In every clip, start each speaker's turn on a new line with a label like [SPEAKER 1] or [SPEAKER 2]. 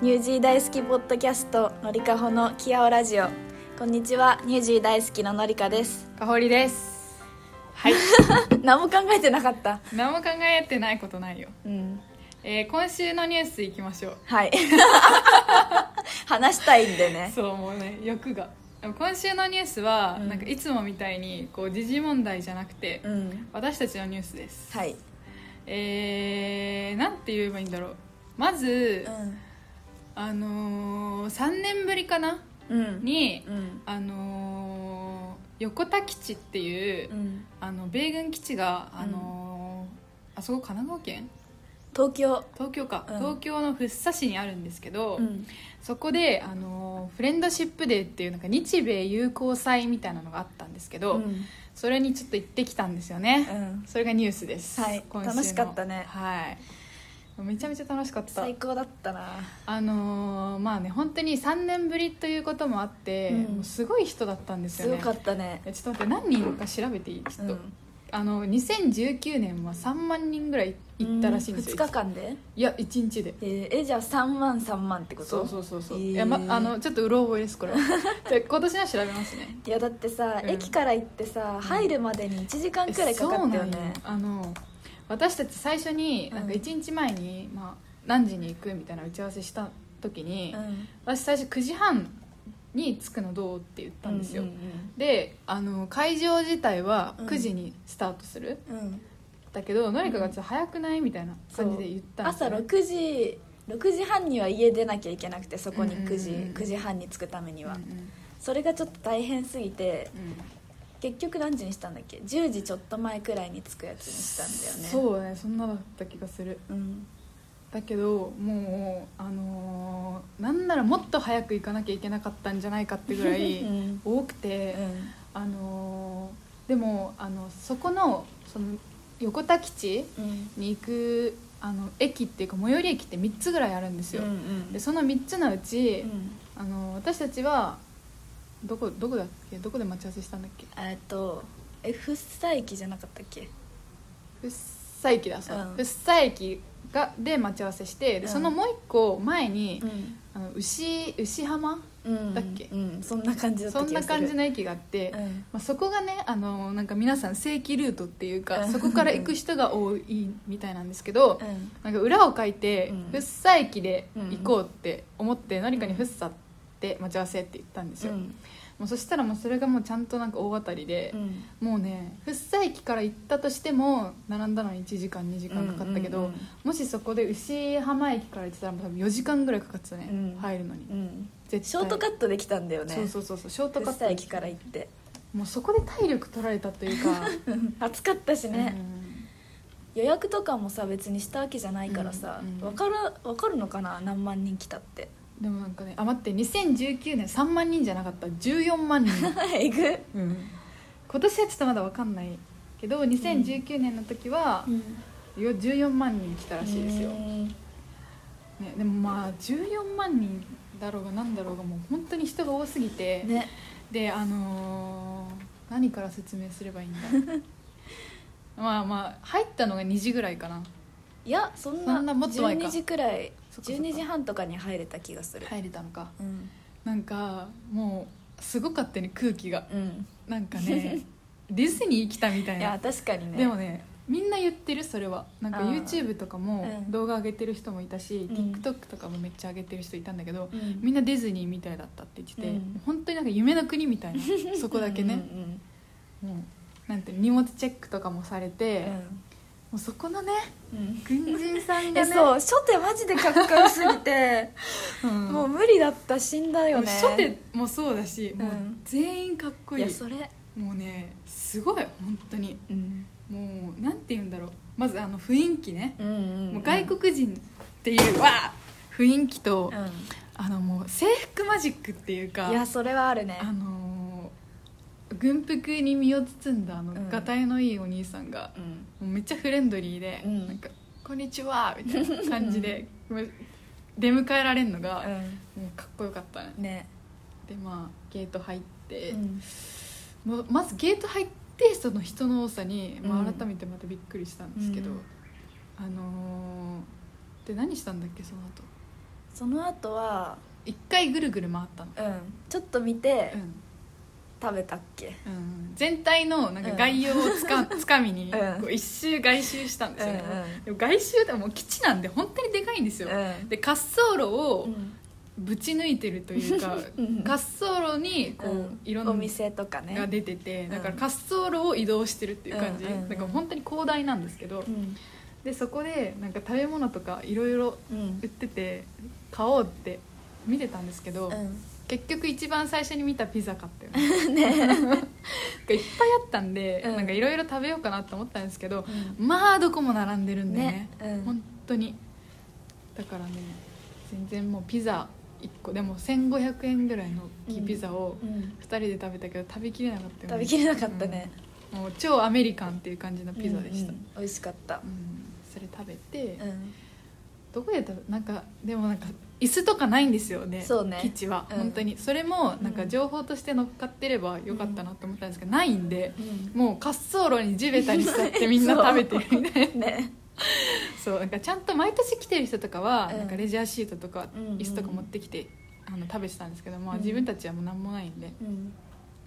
[SPEAKER 1] ニュージー大好きポッドキャストのりかほのキアオラジオこんにちはニュージー大好きののりかです
[SPEAKER 2] かほりですはい
[SPEAKER 1] 何も考えてなかった
[SPEAKER 2] 何も考えてないことないよ、
[SPEAKER 1] うん
[SPEAKER 2] えー今週のニュースいきましょう
[SPEAKER 1] はい話したいんでね
[SPEAKER 2] そうもうね欲がでも今週のニュースは、
[SPEAKER 1] うん
[SPEAKER 2] なんかいつもみたいにこう時事問題じゃなくて、
[SPEAKER 1] うん
[SPEAKER 2] 私たちのニュースです、
[SPEAKER 1] はい、
[SPEAKER 2] えー、なんて言えばいいんだろうまず、
[SPEAKER 1] う
[SPEAKER 2] あのー、3年ぶりかなん
[SPEAKER 1] うん
[SPEAKER 2] に、
[SPEAKER 1] うん
[SPEAKER 2] あのー、横田基地っていう、
[SPEAKER 1] うん
[SPEAKER 2] あの米軍基地が、あのーあそこ神奈川県
[SPEAKER 1] 東京
[SPEAKER 2] 東京か、
[SPEAKER 1] うん
[SPEAKER 2] 東京の福生市にあるんですけど、
[SPEAKER 1] うん
[SPEAKER 2] そこで、あのーフレンドシップデーっていうなんか日米友好祭みたいなのがあったんですけど、
[SPEAKER 1] うん
[SPEAKER 2] それにちょっと行ってきたんですよね、
[SPEAKER 1] うん
[SPEAKER 2] それがニュースです、
[SPEAKER 1] はい
[SPEAKER 2] 今週の
[SPEAKER 1] 楽しかったね
[SPEAKER 2] はいめちゃめちゃ楽しかった
[SPEAKER 1] 最高だったな
[SPEAKER 2] あのーまあね本当に3年ぶりということもあって、
[SPEAKER 1] うん
[SPEAKER 2] もうすごい人だったんです
[SPEAKER 1] す
[SPEAKER 2] よ
[SPEAKER 1] ご
[SPEAKER 2] ね
[SPEAKER 1] かったね
[SPEAKER 2] えちょっと待って何人か調べていいちょっと、
[SPEAKER 1] うん
[SPEAKER 2] あの2019年は3万人ぐらい行ったらしいんですよ、
[SPEAKER 1] 2日間で
[SPEAKER 2] いや1日で
[SPEAKER 1] えーえじゃあ3万3万ってこと
[SPEAKER 2] そうそうそうそう、
[SPEAKER 1] え
[SPEAKER 2] い
[SPEAKER 1] ー
[SPEAKER 2] やま、あのちょっとうろ覚えで すこれはじゃあ今年は調べますね
[SPEAKER 1] いやだってさ、
[SPEAKER 2] うん
[SPEAKER 1] 駅から行ってさ入るまでに1時間くらいかかったよね
[SPEAKER 2] えそうなんよあの私たち最初に
[SPEAKER 1] うん
[SPEAKER 2] なんか1日前に、まあ、何時に行くみたいな打ち合わせした時に、
[SPEAKER 1] うん
[SPEAKER 2] 私最初9時半に着くのどうって言ったんですよ、
[SPEAKER 1] うんうん
[SPEAKER 2] であの会場自体は
[SPEAKER 1] うん
[SPEAKER 2] 9時にスタートする、
[SPEAKER 1] うんうん
[SPEAKER 2] だけどのりかがちょっと早くないみたいな感じで言ったんです
[SPEAKER 1] 朝
[SPEAKER 2] よ
[SPEAKER 1] 6時6時半には家出なきゃいけなくてそこに
[SPEAKER 2] うんうんうん
[SPEAKER 1] 9時、9時半に着くためには、
[SPEAKER 2] うんうん
[SPEAKER 1] それがちょっと大変すぎて
[SPEAKER 2] うん
[SPEAKER 1] 結局何時にしたんだっけ10時ちょっと前くらいに着くやつにしたんだよね
[SPEAKER 2] そうだねそんなだった気がする
[SPEAKER 1] そう、ん、
[SPEAKER 2] だけどもうあのーなんならもっと早く行かなきゃいけなかったんじゃないかってぐらい
[SPEAKER 1] うん
[SPEAKER 2] 多くて、あのーでもあのそこのその横田基地
[SPEAKER 1] うんうん
[SPEAKER 2] に行くあの駅っていうか最寄り駅って3つぐらいあるんですよ、
[SPEAKER 1] うん
[SPEAKER 2] でその3つのうち、
[SPEAKER 1] うん
[SPEAKER 2] あの私たちはどこどこだっけどこで待ち合わせしたんだっけ
[SPEAKER 1] えっとえ福生駅じゃなかったっけ
[SPEAKER 2] 福生駅だそう、
[SPEAKER 1] うん
[SPEAKER 2] 福生駅がで待ち合わせして
[SPEAKER 1] う
[SPEAKER 2] で
[SPEAKER 1] ん
[SPEAKER 2] そのもう一個前に、
[SPEAKER 1] うん
[SPEAKER 2] あの牛牛浜だっけ
[SPEAKER 1] うん、そんな感じだっ
[SPEAKER 2] そ
[SPEAKER 1] た
[SPEAKER 2] ん
[SPEAKER 1] 気が
[SPEAKER 2] な
[SPEAKER 1] する
[SPEAKER 2] 感じの駅があって、
[SPEAKER 1] う
[SPEAKER 2] ま
[SPEAKER 1] ん
[SPEAKER 2] あ、そこがねあのなんか皆さん正規ルートっていうか、
[SPEAKER 1] うん
[SPEAKER 2] そこから行く人が多いみたいなんですけど、
[SPEAKER 1] うん
[SPEAKER 2] なんか裏を書いて、
[SPEAKER 1] うん
[SPEAKER 2] 福生駅で行こうって思って、何かに福生って待ち合わせって言ったんですよ、
[SPEAKER 1] うん
[SPEAKER 2] もうそしたらもうそれがもうちゃんとなんか大当たりで
[SPEAKER 1] う、ん
[SPEAKER 2] もうね福生駅から行ったとしても並んだのに1時間2時間かかったけど、
[SPEAKER 1] うんうんうん
[SPEAKER 2] もしそこで牛浜駅から行ってたらもう多分4時間ぐらいかかってたね、
[SPEAKER 1] うん
[SPEAKER 2] 入るのに
[SPEAKER 1] うん
[SPEAKER 2] 絶対
[SPEAKER 1] ショートカットできたんだよね
[SPEAKER 2] そうそうそうそうショートカ
[SPEAKER 1] 福
[SPEAKER 2] ッ
[SPEAKER 1] 生
[SPEAKER 2] ト
[SPEAKER 1] 駅から行って
[SPEAKER 2] もうそこで体力取られたというか
[SPEAKER 1] 暑かったしね、
[SPEAKER 2] うん
[SPEAKER 1] 予約とかもさ別にしたわけじゃないからさ、
[SPEAKER 2] うんうん
[SPEAKER 1] わかるわかるのかな何万人来たって
[SPEAKER 2] でもなんかねあ待って2019年3万人じゃなかった14万人、
[SPEAKER 1] えぐ、
[SPEAKER 2] うん今年はちょっとまだ分かんないけど2019年の時は、よ14万人来たらしいですよ、
[SPEAKER 1] うん
[SPEAKER 2] ね、でもまあ14万人だろうが何だろうがもう本当に人が多すぎて、
[SPEAKER 1] ね
[SPEAKER 2] であのー何から説明すればいいんだまあまあ入ったのが2時ぐらいかない
[SPEAKER 1] やそんな
[SPEAKER 2] そんなもっと前か
[SPEAKER 1] 12時くらい
[SPEAKER 2] そっかそっか
[SPEAKER 1] 12時半とかに入れた気がする、
[SPEAKER 2] 入れたのか
[SPEAKER 1] うん
[SPEAKER 2] なんかもうすごかったね空気が
[SPEAKER 1] うん
[SPEAKER 2] なんか ねディズニー来たみたい
[SPEAKER 1] い
[SPEAKER 2] な
[SPEAKER 1] や確かにね
[SPEAKER 2] でもねみんな言ってるそれはなんか
[SPEAKER 1] あー
[SPEAKER 2] YouTube とかも
[SPEAKER 1] うん
[SPEAKER 2] 動画上げてる人もいたし、
[SPEAKER 1] うん
[SPEAKER 2] TikTok とかもめっちゃ上げてる人いたんだけど、
[SPEAKER 1] うん
[SPEAKER 2] みんなディズニーみたいだったって言ってて、
[SPEAKER 1] うん
[SPEAKER 2] 本当になんか夢の国 みたいなそこだけね
[SPEAKER 1] うんうん
[SPEAKER 2] もうなんて荷物チェックとかもされて、
[SPEAKER 1] う
[SPEAKER 2] も
[SPEAKER 1] ん
[SPEAKER 2] うそこのね
[SPEAKER 1] うん
[SPEAKER 2] 軍人さん
[SPEAKER 1] い
[SPEAKER 2] が
[SPEAKER 1] や
[SPEAKER 2] ね
[SPEAKER 1] そう初手マジでかっこよすぎて
[SPEAKER 2] うん
[SPEAKER 1] もう無理だった死んだよね
[SPEAKER 2] 初手もそうだし、もう
[SPEAKER 1] うん
[SPEAKER 2] 全員かっこい
[SPEAKER 1] い
[SPEAKER 2] い
[SPEAKER 1] やそれ
[SPEAKER 2] もうねすごい本当に
[SPEAKER 1] うん
[SPEAKER 2] もうなんて言うんだろうまずあの雰囲気ね、
[SPEAKER 1] うんうん
[SPEAKER 2] もう外国人っていうわあ雰囲気と、
[SPEAKER 1] う
[SPEAKER 2] あのもう制服マジックっていうか
[SPEAKER 1] んいやそれはあるね
[SPEAKER 2] あのー軍服に身を包んだあの、
[SPEAKER 1] うん
[SPEAKER 2] がたいのいいお兄さんが
[SPEAKER 1] うん
[SPEAKER 2] もうめっちゃフレンドリーで、
[SPEAKER 1] うん
[SPEAKER 2] なんか「こんにちは」みたいな感じで 出迎えられるのが、もうかっこよかったね
[SPEAKER 1] うんね
[SPEAKER 2] でまあゲート入って、
[SPEAKER 1] うん
[SPEAKER 2] もうまずゲート入ってその人の多さに、ま
[SPEAKER 1] う
[SPEAKER 2] あ
[SPEAKER 1] ん、
[SPEAKER 2] 改めてまたびっくりしたんですけど、
[SPEAKER 1] うん
[SPEAKER 2] あのーで何したんだっけその後
[SPEAKER 1] その後は
[SPEAKER 2] 一回ぐるぐる回ったの
[SPEAKER 1] うんちょっと見て
[SPEAKER 2] うん
[SPEAKER 1] 食べたっけ
[SPEAKER 2] うん全体のなんか概要をつか,、つかみに
[SPEAKER 1] うん
[SPEAKER 2] こう一周外周したんですよ、
[SPEAKER 1] うんうん
[SPEAKER 2] でも外周でももう基地なんで本当にでかいんです
[SPEAKER 1] う
[SPEAKER 2] よ、
[SPEAKER 1] ん
[SPEAKER 2] で滑走路をぶち抜いてるというか、
[SPEAKER 1] うん
[SPEAKER 2] 滑走路にこう、
[SPEAKER 1] うん
[SPEAKER 2] いろん
[SPEAKER 1] お
[SPEAKER 2] な
[SPEAKER 1] 店とかね
[SPEAKER 2] が出てて、
[SPEAKER 1] ん
[SPEAKER 2] だから滑走路を移動してるっていう感じ、
[SPEAKER 1] うんうんうん
[SPEAKER 2] なんか本当に広大なんですけど、
[SPEAKER 1] うん
[SPEAKER 2] でそこでなんか食べ物とかいろいろ
[SPEAKER 1] うん
[SPEAKER 2] 売ってて買おうって見てたんですけど、
[SPEAKER 1] う
[SPEAKER 2] 結局一番最初に見たピザ買ったよ ねいっぱいあったんで、
[SPEAKER 1] うん
[SPEAKER 2] なんかいろいろ食べようかなと思ったんですけど、まあどこも並んでるん
[SPEAKER 1] ん
[SPEAKER 2] でね
[SPEAKER 1] ねうん
[SPEAKER 2] 本当にだからね全然もうピザ1個でも1500円ぐらいの大きいピザを
[SPEAKER 1] うん
[SPEAKER 2] 2人で食べたけど食べきれなかったよ
[SPEAKER 1] 食べきれなかったね
[SPEAKER 2] もう超アメリカンっていう感じのピザでし
[SPEAKER 1] うう
[SPEAKER 2] た、うん
[SPEAKER 1] ん美味しかった
[SPEAKER 2] んそれ食べて、
[SPEAKER 1] うん
[SPEAKER 2] どこで食べなんかでもなんか椅子とかないんですよね
[SPEAKER 1] そうね
[SPEAKER 2] 基地は、
[SPEAKER 1] うん
[SPEAKER 2] 本当にそれもな
[SPEAKER 1] う
[SPEAKER 2] んか
[SPEAKER 1] ん
[SPEAKER 2] 情報として乗っかってればよかったなと思ったんですけど、ないんで
[SPEAKER 1] うん
[SPEAKER 2] もう滑走路に地べたに座ってみんな食べて るみたいな
[SPEAKER 1] ね
[SPEAKER 2] そうなんかちゃんと毎年来てる人とかは、
[SPEAKER 1] うん
[SPEAKER 2] なんかレジャーシートとか
[SPEAKER 1] うんうん
[SPEAKER 2] 椅子とか持ってきて、あの食べてたんですけど、まあ、
[SPEAKER 1] うん
[SPEAKER 2] 自分たちはもう何もないんで
[SPEAKER 1] うん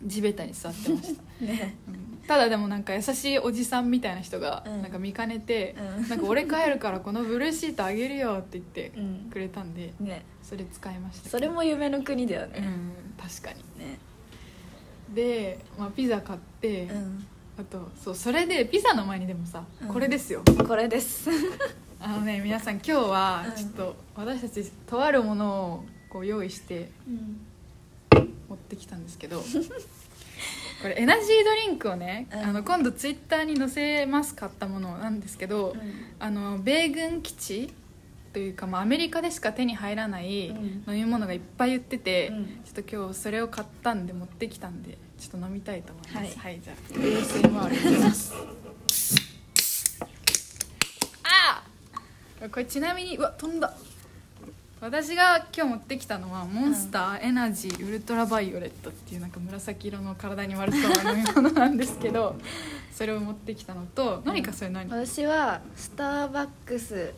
[SPEAKER 2] 地べたに座って ました、
[SPEAKER 1] ね
[SPEAKER 2] うんただでもなんか優しいおじさんみたいな人が
[SPEAKER 1] うん
[SPEAKER 2] なんか見かねて「
[SPEAKER 1] うん
[SPEAKER 2] なんか俺帰るからこのブルーシートあげるよ」って言って
[SPEAKER 1] うん
[SPEAKER 2] くれたんで
[SPEAKER 1] ね
[SPEAKER 2] それ使いましたけど
[SPEAKER 1] それも夢の国だよ
[SPEAKER 2] う
[SPEAKER 1] ね
[SPEAKER 2] ん確かに
[SPEAKER 1] ね
[SPEAKER 2] で、まあ、ピザ買って、
[SPEAKER 1] うん
[SPEAKER 2] あとそうそれでピザの前にでもさ、
[SPEAKER 1] うん
[SPEAKER 2] これですよ
[SPEAKER 1] これです
[SPEAKER 2] あのね皆さん今日は
[SPEAKER 1] うん
[SPEAKER 2] ちょっと私たちとあるものをこう用意して
[SPEAKER 1] うん
[SPEAKER 2] 持ってきたんです けどこれエナジードリンクをね、
[SPEAKER 1] うん
[SPEAKER 2] あの今度ツイッターに載せます買ったものなんですけど、あの米軍基地というか、まあ、アメリカでしか手に入らない
[SPEAKER 1] うん
[SPEAKER 2] 飲み物がいっぱい売ってて、
[SPEAKER 1] うん
[SPEAKER 2] ちょっと今日それを買ったんで持ってきたんでちょっと飲みたいと思います
[SPEAKER 1] は
[SPEAKER 2] はい、じゃあ ASMR いきますああこれちなみにうわ飛んだ私が今日持ってきたのはモンスターエナジーウルトラバイオレットっていうなんか紫色の体に悪そうな飲み物なんですけどそれを持ってきたのと何かそれ何、
[SPEAKER 1] 私はスターバックス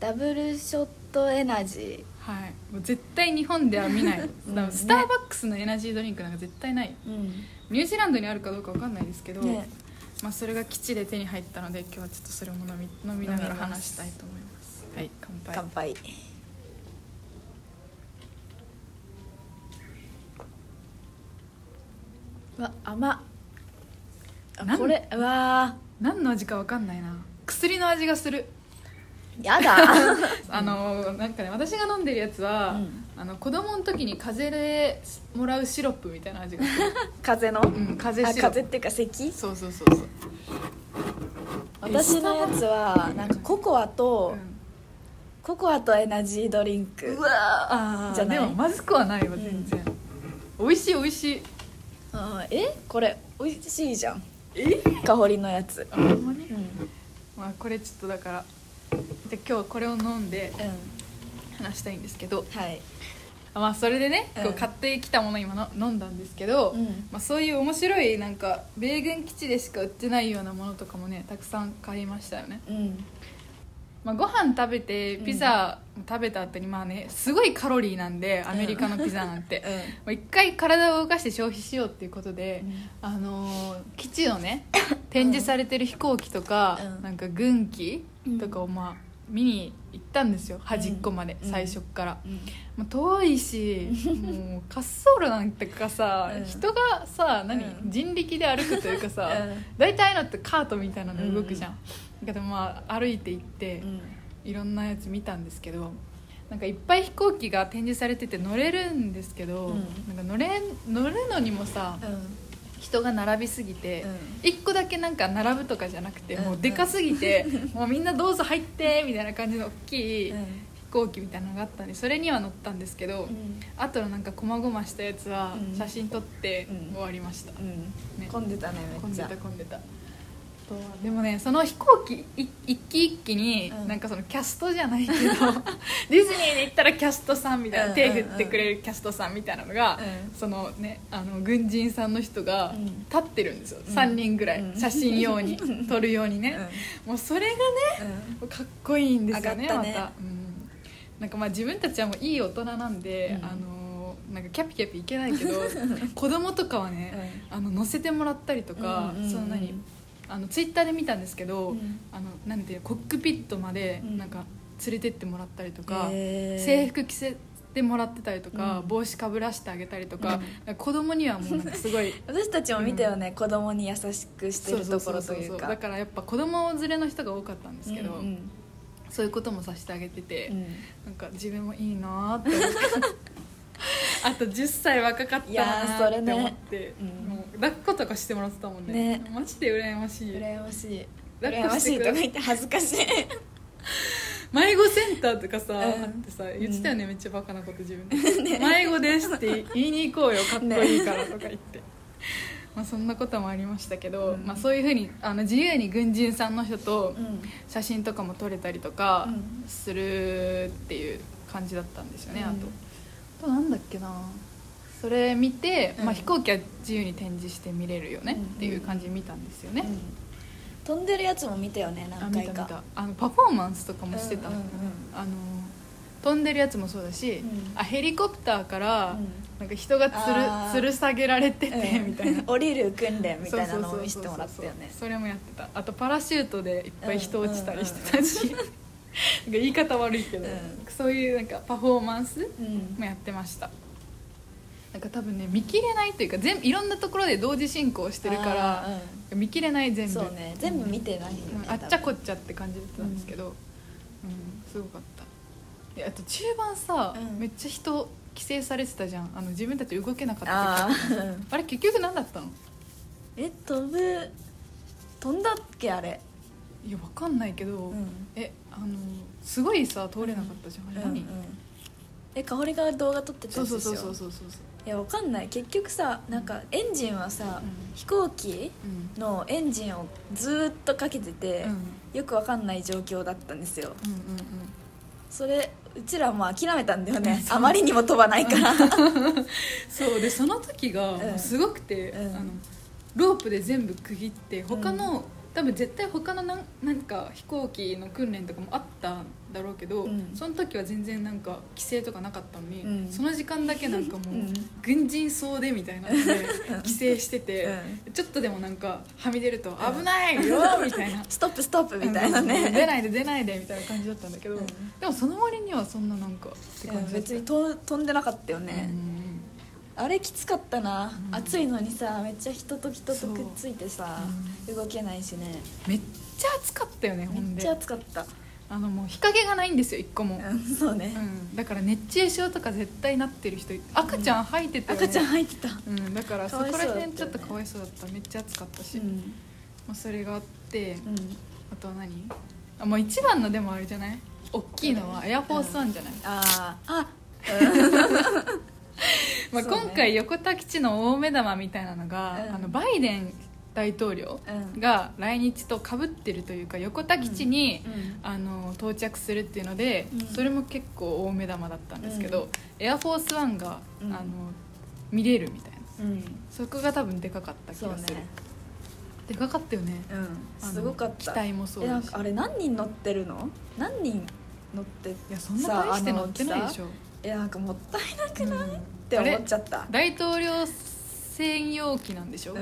[SPEAKER 1] ダブルショットエナジ
[SPEAKER 2] はい、もう絶対日本では見ない、
[SPEAKER 1] うん
[SPEAKER 2] だからスターバックスのエナジードリンクなんか絶対ない
[SPEAKER 1] ーうん
[SPEAKER 2] ニュージーランドにあるかどうかわかんないですけど、
[SPEAKER 1] ね
[SPEAKER 2] まあ、それが基地で手に入ったので今日はちょっとそれも飲み飲みながら話したいと思いますはい乾杯
[SPEAKER 1] 乾杯うわ甘っ
[SPEAKER 2] な
[SPEAKER 1] あ
[SPEAKER 2] ん
[SPEAKER 1] これうわ
[SPEAKER 2] 何の味かわかんないな薬の味がする
[SPEAKER 1] ーやだ
[SPEAKER 2] あのーなんかね私が飲んでるやつは、
[SPEAKER 1] うん
[SPEAKER 2] あの子供の時に風邪でもらうシロップみたいな味がする
[SPEAKER 1] 風の、
[SPEAKER 2] うん 風
[SPEAKER 1] あ
[SPEAKER 2] 邪シロッ
[SPEAKER 1] 風
[SPEAKER 2] プ
[SPEAKER 1] っていうか咳
[SPEAKER 2] そうそうそうそう
[SPEAKER 1] 私のやつはなんかココアと、
[SPEAKER 2] うん
[SPEAKER 1] ココアとエナジードリンク
[SPEAKER 2] うわー
[SPEAKER 1] じゃない
[SPEAKER 2] でもまずくはないわ全然、美味しい美味しい
[SPEAKER 1] あーえこれ美味しいじゃん
[SPEAKER 2] え
[SPEAKER 1] 香りのやつ
[SPEAKER 2] あほんまに、
[SPEAKER 1] うん、うん、
[SPEAKER 2] まあ、これちょっとだからじゃあ今日はこれを飲んで話したいんですけど、
[SPEAKER 1] はい
[SPEAKER 2] まあ、それでね、
[SPEAKER 1] うん
[SPEAKER 2] こう買ってきたもの今の飲んだんですけど、
[SPEAKER 1] うん
[SPEAKER 2] まあ、そういう面白いなんか米軍基地でしか売ってないようなものとかもねたくさん買いましたよね、
[SPEAKER 1] うん
[SPEAKER 2] まあ、ご飯食べてピザ食べた後にまあねすごいカロリーなんでアメリカのピザなん て、もう一回体を動かして消費しようっていうことで、
[SPEAKER 1] うん
[SPEAKER 2] あのー基地の ね展示されてる飛行機とか、
[SPEAKER 1] うん
[SPEAKER 2] なんか軍機とかをまあ見に行ったんですよ端っこまで、
[SPEAKER 1] うん
[SPEAKER 2] 最初っから、
[SPEAKER 1] うん
[SPEAKER 2] もう遠いしもう滑走路なんてかさ、
[SPEAKER 1] うん
[SPEAKER 2] 人がさ何、
[SPEAKER 1] うん
[SPEAKER 2] 人力で歩くというかさ、
[SPEAKER 1] うん
[SPEAKER 2] 大体ああいうのってカートみたいなので動くじゃん、だからまあ歩いて行って、
[SPEAKER 1] うん
[SPEAKER 2] いろんなやつ見たんですけどなんかいっぱい飛行機が展示されてて乗れるんですけど、
[SPEAKER 1] うん
[SPEAKER 2] なんか乗れ乗るのにもさ人が並びすぎて、一1個だけなんか並ぶとかじゃなくて、
[SPEAKER 1] うん
[SPEAKER 2] もうでかすぎて、もうみんなどうぞ入ってみたいな感じの大きい
[SPEAKER 1] うん
[SPEAKER 2] 飛行機みたいなのがあったんでそれには乗ったんですけど、
[SPEAKER 1] うん
[SPEAKER 2] あとのなんか細々したやつは
[SPEAKER 1] うん
[SPEAKER 2] 写真撮って
[SPEAKER 1] うん
[SPEAKER 2] 終わりました、
[SPEAKER 1] うん
[SPEAKER 2] ね
[SPEAKER 1] 混んでたねめ
[SPEAKER 2] 混
[SPEAKER 1] っ
[SPEAKER 2] ん
[SPEAKER 1] ち
[SPEAKER 2] で
[SPEAKER 1] ゃ
[SPEAKER 2] た混んでたあとはでもねその飛行機い一機一機に、
[SPEAKER 1] うん
[SPEAKER 2] なんかそのキャストじゃな いけどディズニーで行ったらキャストさんみたいな、
[SPEAKER 1] うん
[SPEAKER 2] 手振ってくれるキャストさんみたいなのが、
[SPEAKER 1] うん
[SPEAKER 2] そのねあの軍人さんの人が
[SPEAKER 1] うん
[SPEAKER 2] 立ってるんですよ、
[SPEAKER 1] うん
[SPEAKER 2] 3人ぐらい、
[SPEAKER 1] うん
[SPEAKER 2] 写真用 に撮るようにね、もうそれがね
[SPEAKER 1] うん
[SPEAKER 2] かっこいいんですよね
[SPEAKER 1] 上がったね
[SPEAKER 2] また、うんなんかまあ自分たちはもういい大人なんで、
[SPEAKER 1] うん
[SPEAKER 2] あのなんかキャピキャピいけない けど子供とかはね、あの乗せてもらったりとか、
[SPEAKER 1] うんうんうん
[SPEAKER 2] その何あのツイッターで見たんですけど、
[SPEAKER 1] うん
[SPEAKER 2] あのなんていうコックピットまで
[SPEAKER 1] うん
[SPEAKER 2] なんか連れてってもらったりとか、
[SPEAKER 1] へー
[SPEAKER 2] 制服着せてもらってたりとか、
[SPEAKER 1] うん
[SPEAKER 2] 帽子かぶらしてあげたりとか,、子供にはもうなんかす ごい
[SPEAKER 1] 私たちも見たよね、子供に優しくしてるところという
[SPEAKER 2] だ
[SPEAKER 1] か
[SPEAKER 2] からやっぱ子供連れの人が多かったんですけど、
[SPEAKER 1] うんうん
[SPEAKER 2] そういうこともさせてあげてて、
[SPEAKER 1] うん
[SPEAKER 2] なんか自分もいいなーって 思ってあと10歳若かった
[SPEAKER 1] いや
[SPEAKER 2] な
[SPEAKER 1] ーそ
[SPEAKER 2] ー
[SPEAKER 1] れ
[SPEAKER 2] って
[SPEAKER 1] ね
[SPEAKER 2] 思って、
[SPEAKER 1] うん
[SPEAKER 2] もう抱っことかしてもらってたもんね
[SPEAKER 1] ね
[SPEAKER 2] マジで羨ましい
[SPEAKER 1] 羨ましい
[SPEAKER 2] 抱っ
[SPEAKER 1] 羨
[SPEAKER 2] こ
[SPEAKER 1] ま
[SPEAKER 2] して
[SPEAKER 1] しい
[SPEAKER 2] く
[SPEAKER 1] と
[SPEAKER 2] れ
[SPEAKER 1] か言って恥ずかしい
[SPEAKER 2] 迷子センターとかさ、
[SPEAKER 1] うん
[SPEAKER 2] あってさ言ってたよね、めっちゃバカなこと自分 で、迷子ですって言いに行こうよかっこいいからとか言って、まあそんなこともありましたけど、
[SPEAKER 1] うん
[SPEAKER 2] まあ、そういうふうにあの自由に軍人さんの人と
[SPEAKER 1] うん
[SPEAKER 2] 写真とかも撮れたりとか
[SPEAKER 1] うん
[SPEAKER 2] するっていう感じだったんですよね、
[SPEAKER 1] うん
[SPEAKER 2] あとあとなんだっけなそれ見て、
[SPEAKER 1] うん
[SPEAKER 2] まあ、飛行機は自由に展示して見れるよね
[SPEAKER 1] うん
[SPEAKER 2] っていう感じで見たんですよね、
[SPEAKER 1] うん飛んでるやつも見たよね
[SPEAKER 2] あ
[SPEAKER 1] 何
[SPEAKER 2] 見
[SPEAKER 1] 回
[SPEAKER 2] た見
[SPEAKER 1] か
[SPEAKER 2] たあのパフォーマンスとかもしてた、
[SPEAKER 1] うんうんうん
[SPEAKER 2] あの飛んでるやつもそうだし、
[SPEAKER 1] うん
[SPEAKER 2] あヘリコプターから、
[SPEAKER 1] うん
[SPEAKER 2] なんか人が
[SPEAKER 1] あー
[SPEAKER 2] つる吊る下げられてて、
[SPEAKER 1] うん
[SPEAKER 2] みたいな
[SPEAKER 1] 降りる訓練みたいなの
[SPEAKER 2] そ
[SPEAKER 1] を
[SPEAKER 2] うそうそうそう
[SPEAKER 1] 見せてもらったよね
[SPEAKER 2] それもやってたあとパラシュートでいっぱい人落ちたりしてたし、 なんか言い方悪いけど、
[SPEAKER 1] うん
[SPEAKER 2] そういうなんかパフォーマンス
[SPEAKER 1] うん
[SPEAKER 2] もやってましたなんか多分ね見切れないというか全部いろんなところで同時進行してるから
[SPEAKER 1] あ、ー
[SPEAKER 2] 見切れない全
[SPEAKER 1] うん
[SPEAKER 2] 部
[SPEAKER 1] そうね全部見てないよね
[SPEAKER 2] うんあっちゃこっちゃって感じだったんですけど、うんすごかったであと中盤さ、
[SPEAKER 1] うん
[SPEAKER 2] めっちゃ人規制されてたじゃんあの自分たち動けなかった
[SPEAKER 1] あ
[SPEAKER 2] 時
[SPEAKER 1] あー
[SPEAKER 2] あれ結局何だったの
[SPEAKER 1] え飛ぶ飛んだっけあれ
[SPEAKER 2] いやわかんないけど、
[SPEAKER 1] うん
[SPEAKER 2] えあのすごいさ通れなかったじゃん、あれ
[SPEAKER 1] うんう
[SPEAKER 2] 何、
[SPEAKER 1] んえ香りが動画撮ってた
[SPEAKER 2] そ
[SPEAKER 1] や
[SPEAKER 2] う
[SPEAKER 1] つでし
[SPEAKER 2] そ
[SPEAKER 1] ょ
[SPEAKER 2] うそうそうそうそうそう
[SPEAKER 1] いやわかんない結局さなんかエンジンはさ、
[SPEAKER 2] うん
[SPEAKER 1] 飛行機
[SPEAKER 2] うん
[SPEAKER 1] のエンジンをずーっとかけてて、
[SPEAKER 2] うん
[SPEAKER 1] よくわかんない状況だったんですよ
[SPEAKER 2] うんうんうん
[SPEAKER 1] それうちらもう諦めたんだよね
[SPEAKER 2] そう
[SPEAKER 1] あまりにも飛ばないから
[SPEAKER 2] そうでその時が
[SPEAKER 1] うん
[SPEAKER 2] すごくて、
[SPEAKER 1] うん
[SPEAKER 2] あのロープで全部区切って他の、多分絶対他のなんなんか飛行機の訓練とかもあったんだろうけど、
[SPEAKER 1] うん
[SPEAKER 2] その時は全然なんか規制とかなかったのに、
[SPEAKER 1] うん
[SPEAKER 2] その時間だけなんかもう、
[SPEAKER 1] うん
[SPEAKER 2] 軍人総出みたいなので規制してて、ちょっとでもなんかはみ出ると危ないよみたいな
[SPEAKER 1] ストップストップ みたいな
[SPEAKER 2] うん出
[SPEAKER 1] ね、
[SPEAKER 2] ないで出ないでみたいな感じだったんだけど、
[SPEAKER 1] うん
[SPEAKER 2] でもその割にはそんななんかって
[SPEAKER 1] う
[SPEAKER 2] 感
[SPEAKER 1] ん
[SPEAKER 2] じだった
[SPEAKER 1] 別にと飛んでなかったよね、
[SPEAKER 2] うん
[SPEAKER 1] あれきつかったな、
[SPEAKER 2] うん
[SPEAKER 1] 暑いのにさめっちゃ人と人と
[SPEAKER 2] そう
[SPEAKER 1] くっついてさ、動けないしね
[SPEAKER 2] めっちゃ暑かったよねほん
[SPEAKER 1] めっ
[SPEAKER 2] で
[SPEAKER 1] ちゃ暑かった、
[SPEAKER 2] あのもう日陰がないんですよ一個も、
[SPEAKER 1] うん、 そうね
[SPEAKER 2] う、ん、だから熱中症とか絶対なってる人赤ちゃん吐いてたよね、
[SPEAKER 1] 赤ちゃん入ってた、
[SPEAKER 2] うん、だからそこら
[SPEAKER 1] かわいそうだったよ
[SPEAKER 2] 辺
[SPEAKER 1] ね
[SPEAKER 2] ちょっとかわいそうだっためっちゃ暑かったし、
[SPEAKER 1] う
[SPEAKER 2] ま
[SPEAKER 1] ん
[SPEAKER 2] あ、それがあって
[SPEAKER 1] うん、
[SPEAKER 2] あとは何あもう一番のでもあれじゃない大きいのはエアフォースワンじゃない、
[SPEAKER 1] あーあ
[SPEAKER 2] まあ、
[SPEAKER 1] そうね
[SPEAKER 2] 今回横田基地の大目玉みたいなのが、
[SPEAKER 1] うん
[SPEAKER 2] あのバイデン大統領が来日とかぶってるというか横田基地に、
[SPEAKER 1] うん
[SPEAKER 2] あの到着するっていうので、
[SPEAKER 1] うん
[SPEAKER 2] それも結構大目玉だったんですけど、
[SPEAKER 1] うん
[SPEAKER 2] エアフォースワンが、
[SPEAKER 1] うん
[SPEAKER 2] あの見れるみたいな
[SPEAKER 1] うん
[SPEAKER 2] そこが多分でかかった気
[SPEAKER 1] そう
[SPEAKER 2] がする、
[SPEAKER 1] ね
[SPEAKER 2] でかかったよね
[SPEAKER 1] う
[SPEAKER 2] あ
[SPEAKER 1] ん
[SPEAKER 2] の
[SPEAKER 1] すごかった
[SPEAKER 2] 機体もそう
[SPEAKER 1] えな
[SPEAKER 2] だ
[SPEAKER 1] ん
[SPEAKER 2] し
[SPEAKER 1] かあれ何人乗ってるの何人乗ってい
[SPEAKER 2] いやそんな大して乗ってないでしょ
[SPEAKER 1] やなんかもったいなくない、
[SPEAKER 2] うん
[SPEAKER 1] って思っちゃった
[SPEAKER 2] 大統領専用機なんでしょ、
[SPEAKER 1] うん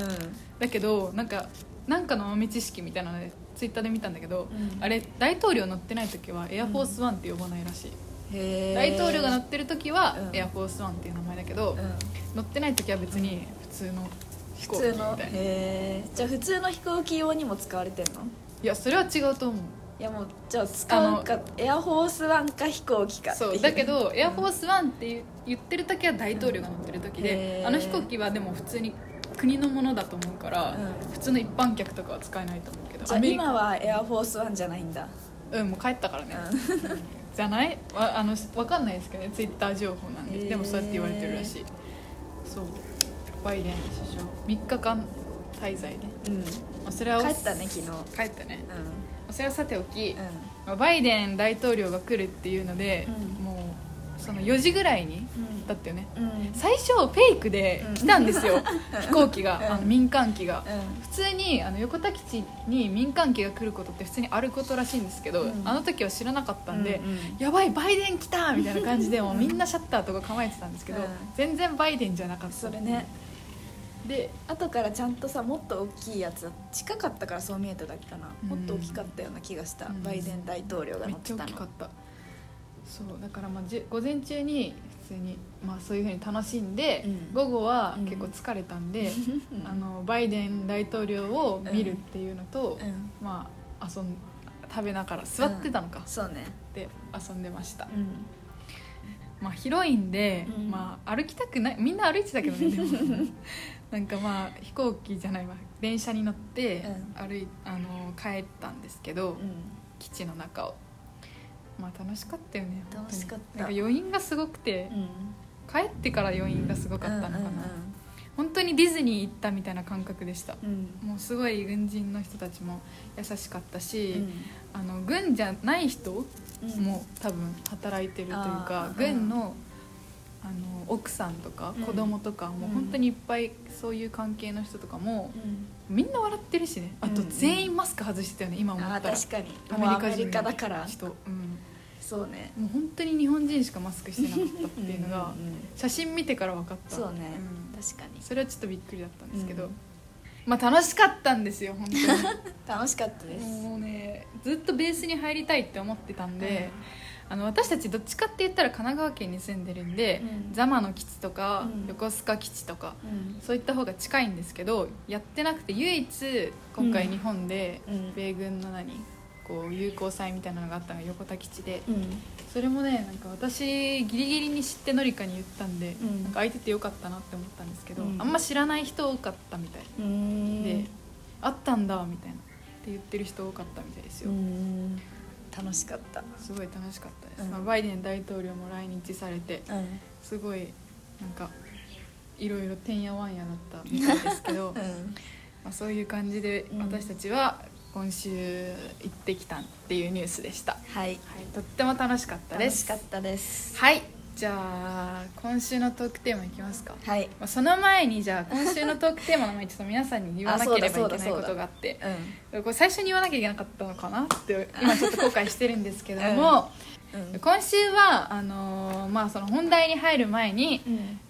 [SPEAKER 2] だけどなんかなんかの豆知識みたいなのでツイッターで見たんだけど、
[SPEAKER 1] うん
[SPEAKER 2] あれ大統領乗ってない時はエアフォースワンって呼ばないらしい、
[SPEAKER 1] へー
[SPEAKER 2] 大統領が乗ってる時は
[SPEAKER 1] うん
[SPEAKER 2] エアフォースワンっていう名前だけど、
[SPEAKER 1] うん
[SPEAKER 2] 乗ってない時は別に普通の飛行
[SPEAKER 1] 普
[SPEAKER 2] 機み
[SPEAKER 1] 通
[SPEAKER 2] た
[SPEAKER 1] の
[SPEAKER 2] いない
[SPEAKER 1] へーじゃあ普通の飛行機用にも使われてんの
[SPEAKER 2] やそれは違うと思う
[SPEAKER 1] いやもうじゃあ使うかエアフォースワンか飛行機かってい
[SPEAKER 2] そううだけどエアフォースワンって言言ってる時は大統領が乗ってる時で、
[SPEAKER 1] うん
[SPEAKER 2] あの飛行機はでも普通に国のものだと思うから、
[SPEAKER 1] う
[SPEAKER 2] 普通の一般客とかは使えないと思うけど
[SPEAKER 1] じゃ
[SPEAKER 2] ア
[SPEAKER 1] あ
[SPEAKER 2] メリカ
[SPEAKER 1] 今はエアフォースワンじゃないんだ
[SPEAKER 2] うんもう帰ったからね、じゃないわあのわかんないですけどねツイッター情報なんで、
[SPEAKER 1] へー
[SPEAKER 2] でもそうやって言われてるらしいそうバイデン首相3日間滞在ね、
[SPEAKER 1] うん、うん、帰
[SPEAKER 2] まあ、それは
[SPEAKER 1] ったね昨日
[SPEAKER 2] 帰ったね
[SPEAKER 1] うん
[SPEAKER 2] それはさておき、
[SPEAKER 1] うん
[SPEAKER 2] まあバイデン大統領が来るっていうので、
[SPEAKER 1] うん
[SPEAKER 2] もうその4時ぐらいに
[SPEAKER 1] うん
[SPEAKER 2] ったっていうね
[SPEAKER 1] うん
[SPEAKER 2] 最初フェイクで来たんで すよ、飛行機が、あの民間機が、
[SPEAKER 1] う
[SPEAKER 2] 普通にあの横田基地に民間機が来ることって普通にあることらしいんですけど、
[SPEAKER 1] うん
[SPEAKER 2] あの時は知らなかったんで、
[SPEAKER 1] うんうん
[SPEAKER 2] やばいバイデン来たみたいな感 じでもうみんなシャッターとか構えてたんですけど、
[SPEAKER 1] うん
[SPEAKER 2] 全然バイデンじゃなかった
[SPEAKER 1] それね
[SPEAKER 2] で
[SPEAKER 1] 後からちゃんとさもっと大きいやつ近かったからそう見えただけかな、
[SPEAKER 2] うん
[SPEAKER 1] もっと大きかったような気がした、
[SPEAKER 2] うん
[SPEAKER 1] バイデン大統領が
[SPEAKER 2] め
[SPEAKER 1] 乗
[SPEAKER 2] っ
[SPEAKER 1] って
[SPEAKER 2] ちゃ
[SPEAKER 1] た
[SPEAKER 2] 大きか
[SPEAKER 1] の
[SPEAKER 2] ったそうだからまあじゅ午前中に普通に、まあ、そういうふうに楽しんで、
[SPEAKER 1] うん
[SPEAKER 2] 午後は
[SPEAKER 1] うん
[SPEAKER 2] 結構疲れた んで、
[SPEAKER 1] うん
[SPEAKER 2] あのバイデン大統領を見るっていうのと、
[SPEAKER 1] うん
[SPEAKER 2] まあ遊ん食べながら座ってたのか、
[SPEAKER 1] そうね
[SPEAKER 2] で遊んでました、
[SPEAKER 1] うん
[SPEAKER 2] まあ広いんで、
[SPEAKER 1] うん
[SPEAKER 2] まあ歩きたくないみんな歩いてたけどねで もなんかまあ飛行機じゃないわ電車に乗って歩いあの帰ったんですけど、
[SPEAKER 1] う
[SPEAKER 2] 基地の中をまあ楽しかったよね本当に
[SPEAKER 1] 楽しかった
[SPEAKER 2] なんか余韻がすごくて、
[SPEAKER 1] ん
[SPEAKER 2] 帰ってから余韻がすごかったのかな、本当にディズニー行ったみたいな感覚でした
[SPEAKER 1] うんうん
[SPEAKER 2] もうすごい軍人の人たちも優しかったし、
[SPEAKER 1] うん
[SPEAKER 2] あの軍じゃない人
[SPEAKER 1] うん
[SPEAKER 2] も多分働いてるというか
[SPEAKER 1] あ、ー
[SPEAKER 2] 軍のあの奥さんとか
[SPEAKER 1] うん
[SPEAKER 2] 子供とか、もう
[SPEAKER 1] うん
[SPEAKER 2] 本当にいっぱいそういう関係の人とかも
[SPEAKER 1] う、ん
[SPEAKER 2] みんな笑ってるしねあと
[SPEAKER 1] うんうん
[SPEAKER 2] 全員マスク外してたよね今思
[SPEAKER 1] あ
[SPEAKER 2] っ
[SPEAKER 1] あ
[SPEAKER 2] たら
[SPEAKER 1] 確かに
[SPEAKER 2] ア
[SPEAKER 1] もうア
[SPEAKER 2] メ
[SPEAKER 1] メ
[SPEAKER 2] リカ人
[SPEAKER 1] リカだから
[SPEAKER 2] 人、うん、
[SPEAKER 1] そうね
[SPEAKER 2] もう本当に日本人しかマスクしてなかったっていうの
[SPEAKER 1] ん
[SPEAKER 2] が
[SPEAKER 1] んん
[SPEAKER 2] 写真見てから分かった
[SPEAKER 1] そうね、
[SPEAKER 2] ん
[SPEAKER 1] 確かに
[SPEAKER 2] それはちょっとびっくりだったんですけど、
[SPEAKER 1] うん
[SPEAKER 2] まあ楽しかったんですよ本当に
[SPEAKER 1] 楽しかった です、
[SPEAKER 2] もうねずっとベースに入りたいって思ってたんで、あの私たちどっちかって言ったら神奈川県に住んでるんで、
[SPEAKER 1] うん
[SPEAKER 2] 座間の基地とか、
[SPEAKER 1] うん
[SPEAKER 2] 横須賀基地とか
[SPEAKER 1] うん
[SPEAKER 2] そういった方が近いんですけどやってなくて唯一今回
[SPEAKER 1] うん
[SPEAKER 2] 日本で
[SPEAKER 1] うん
[SPEAKER 2] 米軍の何こう友好祭みたいなのがあったのが横田基地で
[SPEAKER 1] うん
[SPEAKER 2] それもねなんか私ギリギリに知ってのりかに言ったんで、
[SPEAKER 1] うん
[SPEAKER 2] なんか空いててよかったなって思ったんですけど、
[SPEAKER 1] うん
[SPEAKER 2] あんま知らない人多かったみたい
[SPEAKER 1] うん
[SPEAKER 2] で、あったんだみたいなって言ってる人多かったみたいです
[SPEAKER 1] う
[SPEAKER 2] よ、
[SPEAKER 1] ん楽しかった
[SPEAKER 2] すごい楽しかったです、
[SPEAKER 1] うん
[SPEAKER 2] まあ、バイデン大統領も来日されて
[SPEAKER 1] うん
[SPEAKER 2] すごいなんかいろいろてんやわんやだったみたいですけ ど、
[SPEAKER 1] う
[SPEAKER 2] まあ、そういう感じで
[SPEAKER 1] うん
[SPEAKER 2] 私たちは今週行ってきたっていうニュースでした、は
[SPEAKER 1] はい
[SPEAKER 2] い、とっても楽しかったで
[SPEAKER 1] 楽
[SPEAKER 2] す
[SPEAKER 1] しかったです
[SPEAKER 2] はいじゃあ今週のトークテーマいきますか、
[SPEAKER 1] はい
[SPEAKER 2] まあ、その前にじゃあ今週のトークテーマの前にちょっと皆さんに言わなければいけないことがあってこれ最初に言わなきゃいけなかったのかなって今ちょっと後悔してるんですけども、
[SPEAKER 1] うんうん
[SPEAKER 2] 今週はあのーまあ、その本題に入る前に、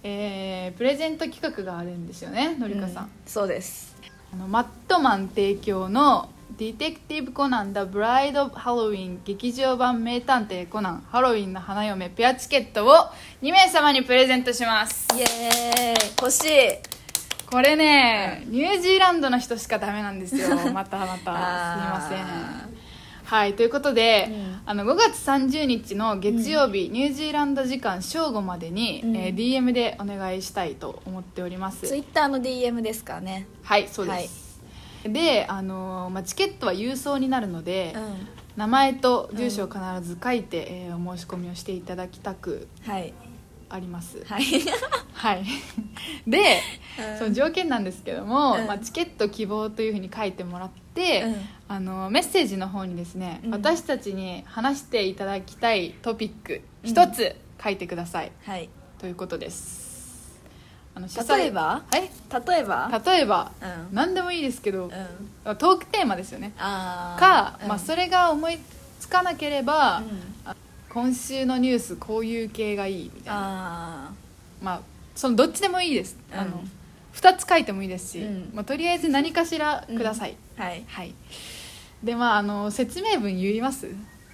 [SPEAKER 2] えープレゼント企画があるんですよねのりかさん、
[SPEAKER 1] うそうです
[SPEAKER 2] あのマットマン提供の「ディテクティブ・コナン・ダ・ブライド・ハロウィン」劇場版「名探偵コナンハロウィンの花嫁」ペアチケットを2名様にプレゼントします
[SPEAKER 1] イエーイ欲しい
[SPEAKER 2] これね、ニュージーランドの人しかダメなんですよ またまた
[SPEAKER 1] あー
[SPEAKER 2] すいませんはいということで、
[SPEAKER 1] うん
[SPEAKER 2] あの5月30日の月曜日、ニュージーランド時間正午までに、
[SPEAKER 1] うん
[SPEAKER 2] えー DM でお願いしたいと思っております
[SPEAKER 1] ツイッターの DM ですからね
[SPEAKER 2] はいそうです、で、あのーまあ、チケットは郵送になるので、
[SPEAKER 1] ん
[SPEAKER 2] 名前と住所を必ず書いて、えーお申し込みをしていただきたく
[SPEAKER 1] はい
[SPEAKER 2] あります
[SPEAKER 1] はい
[SPEAKER 2] はい、 で、
[SPEAKER 1] うん
[SPEAKER 2] その条件なんですけども、
[SPEAKER 1] うん
[SPEAKER 2] まあ、チケット希望というふうに書いてもらって、
[SPEAKER 1] うん
[SPEAKER 2] あのメッセージの方にですね、
[SPEAKER 1] うん
[SPEAKER 2] 私たちに話していただきたいトピック
[SPEAKER 1] うん
[SPEAKER 2] 一つ書いてください、
[SPEAKER 1] はい
[SPEAKER 2] ということですあの主催
[SPEAKER 1] 例えば
[SPEAKER 2] はい
[SPEAKER 1] 例えば
[SPEAKER 2] 例えば、
[SPEAKER 1] うん
[SPEAKER 2] 何でもいいですけど、
[SPEAKER 1] うん
[SPEAKER 2] トークテーマですよね
[SPEAKER 1] あー
[SPEAKER 2] か、
[SPEAKER 1] うん
[SPEAKER 2] まあ、それが思いつかなければ、
[SPEAKER 1] うん
[SPEAKER 2] 今週のニュースこういう系がいいみたいな
[SPEAKER 1] あ
[SPEAKER 2] まあそのどっちでもいいです、
[SPEAKER 1] うん
[SPEAKER 2] あの2つ書いてもいいですし、
[SPEAKER 1] うん
[SPEAKER 2] まあ、とりあえず何かしらください、
[SPEAKER 1] あはい
[SPEAKER 2] はいでまああの説明文言います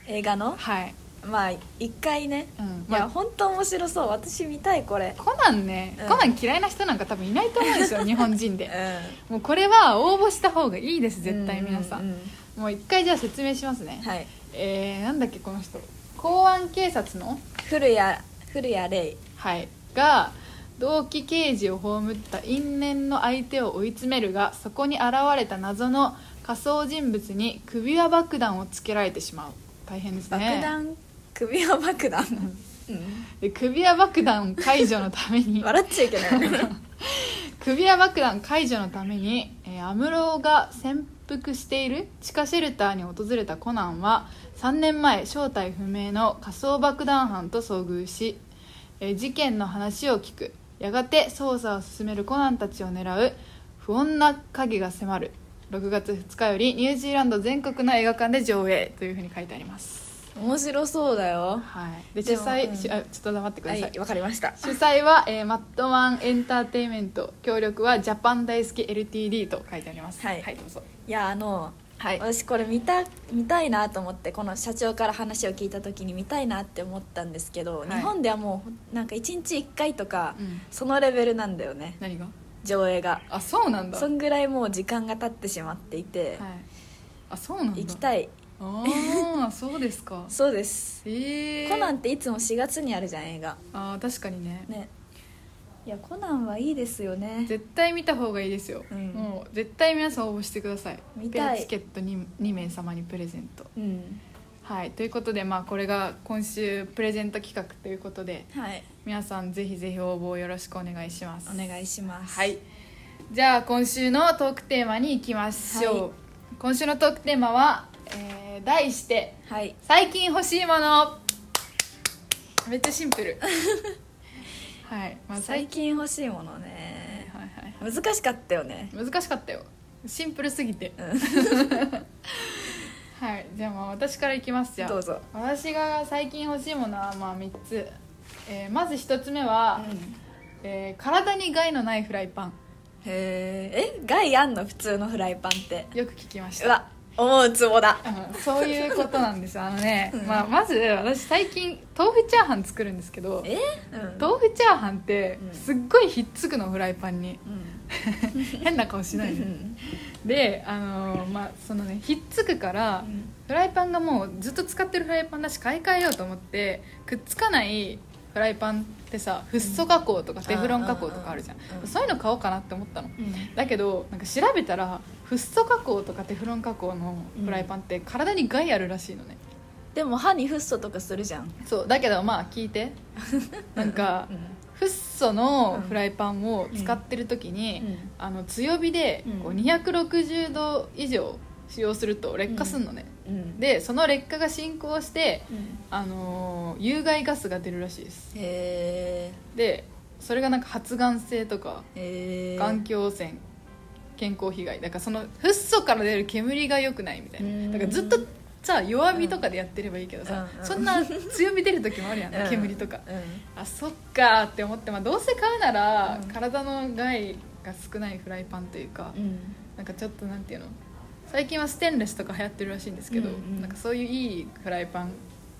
[SPEAKER 1] 映画の
[SPEAKER 2] はい、
[SPEAKER 1] まあ一回ね、
[SPEAKER 2] うん
[SPEAKER 1] いや
[SPEAKER 2] ま
[SPEAKER 1] 本当面白そう私見たいこれ
[SPEAKER 2] あ、コナンね、
[SPEAKER 1] うん
[SPEAKER 2] コナン嫌いな人なんか多分いないと思うんですよ 日本人で
[SPEAKER 1] う
[SPEAKER 2] もうこれは応募した方がいいです絶対皆さん、
[SPEAKER 1] うう
[SPEAKER 2] もう一回じゃあ説明しますね、
[SPEAKER 1] うんはい
[SPEAKER 2] えー、なんだっけこの人公安警察の
[SPEAKER 1] 古谷古谷レイ
[SPEAKER 2] はい、が同期刑事を葬った因縁の相手を追い詰めるがそこに現れた謎の仮想人物に首輪爆弾をつけられてしまう大変ですね
[SPEAKER 1] 爆弾、首輪爆弾、うん
[SPEAKER 2] で首輪爆弾解除のため に
[SPEAKER 1] 笑っちゃいけないね
[SPEAKER 2] 首輪爆弾解除のためにえー安室、が潜伏している地下シェルターに訪れたコナンは3年前正体不明の仮想爆弾犯と遭遇しえー事件の話を聞くやがて捜査を進めるコナンたちを狙う不穏な影が迫る6月2日よりニュージーランド全国の映画館で上映というふうに書いてあります、
[SPEAKER 1] 面白そうだよ
[SPEAKER 2] はい、で
[SPEAKER 1] で
[SPEAKER 2] 主
[SPEAKER 1] も
[SPEAKER 2] 催、
[SPEAKER 1] うん
[SPEAKER 2] しあちょっと黙ってくだ
[SPEAKER 1] は
[SPEAKER 2] さい、
[SPEAKER 1] いわかりました
[SPEAKER 2] 主催は、えーマットマンエンターテインメント協力はジャパン大好き LTD と書いてあります
[SPEAKER 1] はい
[SPEAKER 2] どうぞ
[SPEAKER 1] いやあの
[SPEAKER 2] はい
[SPEAKER 1] 私これ見た見たいなと思ってこの社長から話を聞いた時に見たいなって思ったんですけど、
[SPEAKER 2] はい
[SPEAKER 1] 日本ではもうなんか1日1回とか、
[SPEAKER 2] うん
[SPEAKER 1] そのレベルなんだよね
[SPEAKER 2] 何が
[SPEAKER 1] 上映が
[SPEAKER 2] あそうなんだ
[SPEAKER 1] そんぐらいもう時間が経ってしまっていて、
[SPEAKER 2] はい、あそうなんだ
[SPEAKER 1] 行き
[SPEAKER 2] い
[SPEAKER 1] たい
[SPEAKER 2] ああそうで すか
[SPEAKER 1] そうです、
[SPEAKER 2] ええー、
[SPEAKER 1] コナンっていつも4月にあるじゃん映画
[SPEAKER 2] あー確かにね
[SPEAKER 1] ねいやコナンはいいですよね
[SPEAKER 2] 絶対見た方がいいですよ、
[SPEAKER 1] うん
[SPEAKER 2] もう絶対皆さん応募してください
[SPEAKER 1] 見たい
[SPEAKER 2] ペアチケット 2, 2名様にプレゼント
[SPEAKER 1] うん
[SPEAKER 2] はいということでまあこれが今週プレゼント企画ということで
[SPEAKER 1] はい
[SPEAKER 2] 皆さんぜひぜひ応募をよろしくお願いします
[SPEAKER 1] お願いします
[SPEAKER 2] はいじゃあ今週のトークテーマに行きましょう、
[SPEAKER 1] はい
[SPEAKER 2] 今週のトークテーマは、えー題して
[SPEAKER 1] はい
[SPEAKER 2] 「最近欲しいもの」めっちゃシン プルはい、まあ、
[SPEAKER 1] 最
[SPEAKER 2] 最近
[SPEAKER 1] 近欲しいものね
[SPEAKER 2] はいはい
[SPEAKER 1] 難しかったよね
[SPEAKER 2] 難しかったよシンプルすぎて、 はいじゃあまあ私からいきますじゃあ
[SPEAKER 1] どうぞ
[SPEAKER 2] 私が最近欲しいものはまあ3つ、えーまず1つ目は、
[SPEAKER 1] うん
[SPEAKER 2] えー体に害のないフライパン
[SPEAKER 1] へーえ害あんの普通のフライパンって
[SPEAKER 2] よく聞きまし
[SPEAKER 1] う
[SPEAKER 2] た
[SPEAKER 1] わ思うツボだ
[SPEAKER 2] うんそういうことなんですあのね、
[SPEAKER 1] うん
[SPEAKER 2] まあ、まず私最近豆腐チャーハン作るんですけど
[SPEAKER 1] えうん
[SPEAKER 2] 豆腐チャーハンって
[SPEAKER 1] うん
[SPEAKER 2] すっごいひっつくのフライパン に
[SPEAKER 1] うん
[SPEAKER 2] 変な顔しないでであのーまあそのねひっつくから、フライパンがもうずっと使ってるフライパンだし買い替えようと思ってくっつかないフライパンってさフッ素加工とかテフロン加工とかあるじゃん
[SPEAKER 1] うんうんうん
[SPEAKER 2] そういうの買おうかなって思ったの
[SPEAKER 1] うん
[SPEAKER 2] だけどなんか調べたらフッ素加工とかテフロン加工のフライパンって体に害あるらしいのね、
[SPEAKER 1] でも歯にフッ素とかするじゃん
[SPEAKER 2] そうだけどまあ聞い てなんかフッ素のフライパンを使ってる時に、
[SPEAKER 1] うん
[SPEAKER 2] あの強火でこう
[SPEAKER 1] うん
[SPEAKER 2] 260度以上使用すると劣化すんのね、
[SPEAKER 1] うん
[SPEAKER 2] でその劣化が進行して
[SPEAKER 1] うん
[SPEAKER 2] あのー有害ガスが出るらしいです
[SPEAKER 1] へ
[SPEAKER 2] でそれがなんか発がん性とか
[SPEAKER 1] ーへー
[SPEAKER 2] 眼鏡汚染健康被害だからそのフッ素から出る煙が良くないみたいう
[SPEAKER 1] ー
[SPEAKER 2] なんだからずっとさ弱火とかでやってればいいけどさ、
[SPEAKER 1] うんうん
[SPEAKER 2] そんな強火出る時もあるやん、
[SPEAKER 1] うん
[SPEAKER 2] 煙とか
[SPEAKER 1] うん
[SPEAKER 2] あそっかーって思って、まあ、どうせ買うなら、
[SPEAKER 1] うん
[SPEAKER 2] 体の害が少ないフライパンというか、
[SPEAKER 1] うん
[SPEAKER 2] なんかちょっとなんていうの最近はステンレスとか流行ってるらしいんですけど、
[SPEAKER 1] うんうん
[SPEAKER 2] なんかそういういいフライパン